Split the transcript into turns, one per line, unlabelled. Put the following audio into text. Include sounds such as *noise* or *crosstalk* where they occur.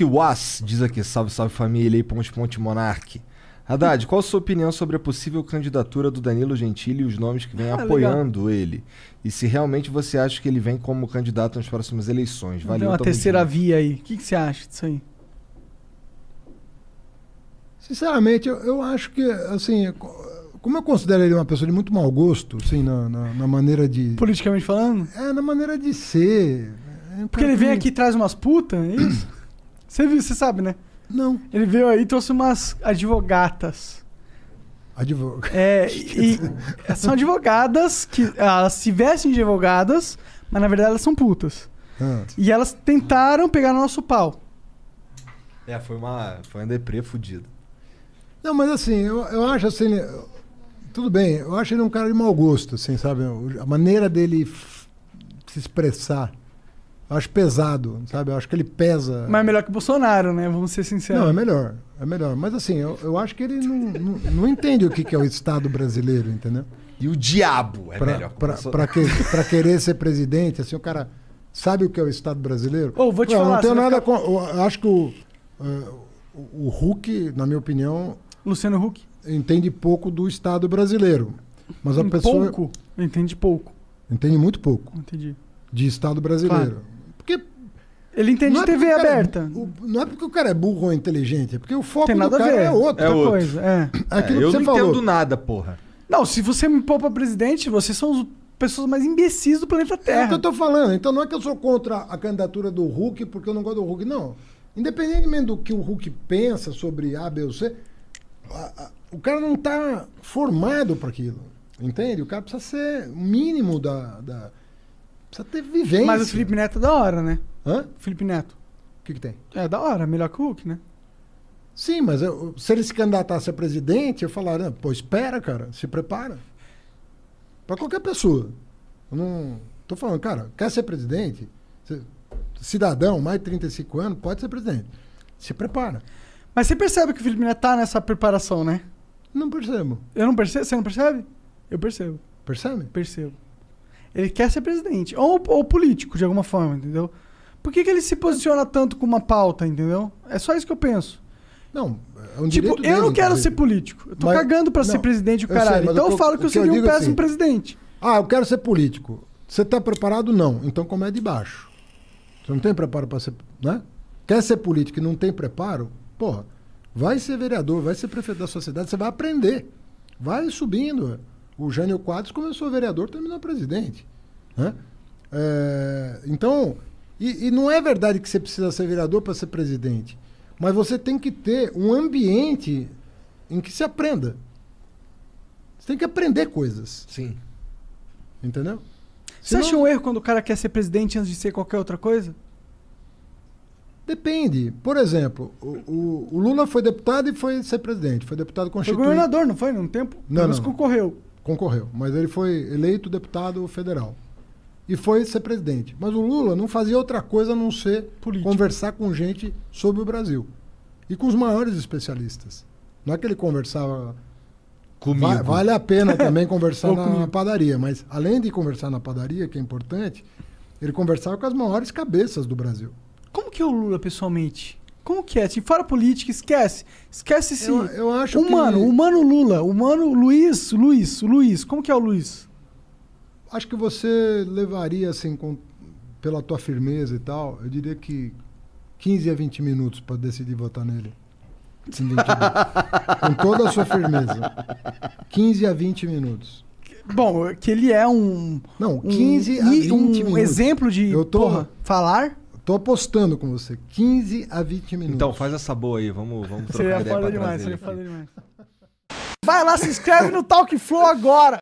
E o As diz aqui, salve, salve família e ponte, ponte, monarque. Haddad, qual a sua opinião sobre a possível candidatura do Danilo Gentili e os nomes que vêm
Ah,
apoiando ele? E se realmente você acha que ele vem como candidato nas próximas eleições?
Tem
Valeu,
uma
tamo
terceira
junto.
via aí. O que, que você acha disso aí?
Sinceramente, eu, eu acho que, assim, co- como eu considero ele uma pessoa de muito mau gosto, assim, na, na, na maneira de.
Politicamente falando?
É, na maneira de ser. É um
Porque
cara
ele vem
que-
aqui e traz umas putas, é isso? *clears throat* Você viu, você sabe, né?
Não,
Ele veio aí e trouxe umas advogatas.
advogado.
É, *laughs* e são advogadas que elas se vestem de advogadas, mas na verdade elas são putas.
Ah.
E elas tentaram pegar no nosso pau.
É, foi uma, foi uma deprê fudida.
Não, mas assim, eu, eu acho assim. eu- Tudo bem, eu acho ele um cara de mau gosto, assim, sabe? O- A maneira dele f- se expressar. Eu acho pesado, sabe? Eu acho que ele pesa.
Mas é melhor que o Bolsonaro, né? Vamos ser sinceros.
Não, é melhor. É melhor. Mas assim, eu, eu acho que ele não, não, não entende o que, que é o Estado brasileiro, entendeu?
E o diabo é melhor. Começou-
Para querer ser presidente, assim, o cara sabe o que é o Estado brasileiro?
Ô, vou te falar,
Eu não tenho
você vai
nada com. Eu acho que o, eh, o, o Hulk, na minha opinião,
Luciano Huck.
entende pouco do Estado brasileiro. Mas a pessoa
Um Pouco. Entende pouco.
entende muito pouco
Entendi.
de Estado brasileiro. Porque
Ele entende
não é
TV
porque o cara é-
aberta.
o- não é porque o cara é burro ou inteligente, é porque o foco
Tem
do
nada a ver.
cara é outro.
É
Outra
outro.
coisa. É.
Aquilo
É, eu
que
não
você falou.
entendo nada, porra.
Não, se você me pôr pra presidente, vocês são as pessoas mais imbecis do planeta
É o que
Terra.
eu tô falando. Então não é que eu sou contra a candidatura do Hulk porque eu não gosto do Hulk, não. Independentemente do que o Hulk pensa sobre A, B ou C, a- a- o cara não tá formado para aquilo. Entende? O cara precisa ser o mínimo da. da- precisa ter vivência.
Mas o Felipe Neto é da hora, né?
Hã?
O Felipe Neto.
O que, que tem?
É da hora, melhor que o Hulk, né?
Sim, mas eu- se ele se candidatasse a presidente, eu falaria, pô, espera, cara, se prepara. Para qualquer pessoa. Eu não tô falando, cara, quer ser presidente? Cê- Cidadão, mais de 35 anos, pode ser presidente. Se prepara.
Mas você percebe que o Felipe Neto tá nessa preparação, né?
Não percebo.
Eu não percebo? Você não percebe? Eu percebo,
Percebe?
percebo. Ele quer ser presidente. Ou, ou político, de alguma forma, entendeu? Por que, que ele se posiciona tanto com uma pauta, entendeu? É só isso que eu penso.
Não, é
tipo,
um direito
eu não
dele,
quero
inclusive.
ser político. Eu tô
Mas-
cagando pra ser
não,
presidente o
eu sei,
caralho.
mas
então
o
eu
que eu-
falo que
o
eu
que eu
seria um
digo é
péssimo
assim,
presidente.
Ah, eu quero ser político. Você está preparado? Não. Então como é de baixo. Você não tem preparo para ser, né? Quer ser político e não tem preparo? Porra, vai ser vereador, vai ser prefeito da sociedade, você vai aprender. Vai subindo. O Jânio Quadros começou vereador, terminou presidente. né? É, então, e, e não é verdade que você precisa ser vereador para ser presidente. Mas você tem que ter um ambiente em que se aprenda. Você tem que aprender coisas.
Sim.
Entendeu?
Você
Senão-
acha um erro quando o cara quer ser presidente antes de ser qualquer outra coisa?
Depende. Por exemplo, o, o- o Lula foi deputado e foi ser presidente. Foi deputado
Foi
constituinte.
governador, não foi? Num tempo?
Não,
Pelo menos
não.
concorreu.
Concorreu. Mas ele foi eleito deputado federal. E foi ser presidente. Mas o Lula não fazia outra coisa a não ser
Político.
conversar com gente sobre o Brasil. E com os maiores especialistas. Não é que ele conversava.
Comigo.
Va- vale a pena
*laughs*
também conversar
Ou
na,
comigo.
na padaria, mas além de conversar na padaria, que é importante, ele conversava com as maiores cabeças do Brasil.
Como que é o Lula pessoalmente? Como que é? Tipo, fora política, esquece. Esquece esse.
Eu, eu acho
humano,
que.
humano Lula, humano Luiz, Luiz, Luiz. Como que é o Luiz?
Acho que você levaria, assim, com- pela tua firmeza e tal, eu diria que 15 a 20 minutos para decidir votar nele. Em 22.
*laughs*
com toda a sua firmeza. 15 a 20 minutos.
Bom, que ele é um.
Não,
um
15 a
e
20
um
minutos.
exemplo de
Eu tô-
porra, falar.
Tô apostando com você. 15 a 20 minutos.
Então, faz essa boa aí, vamos, vamos trocar
Seria
ideia pra
é foda
trás
demais,
ele
seria
aqui.
foda demais. Vai lá, se inscreve no Talk Flow agora!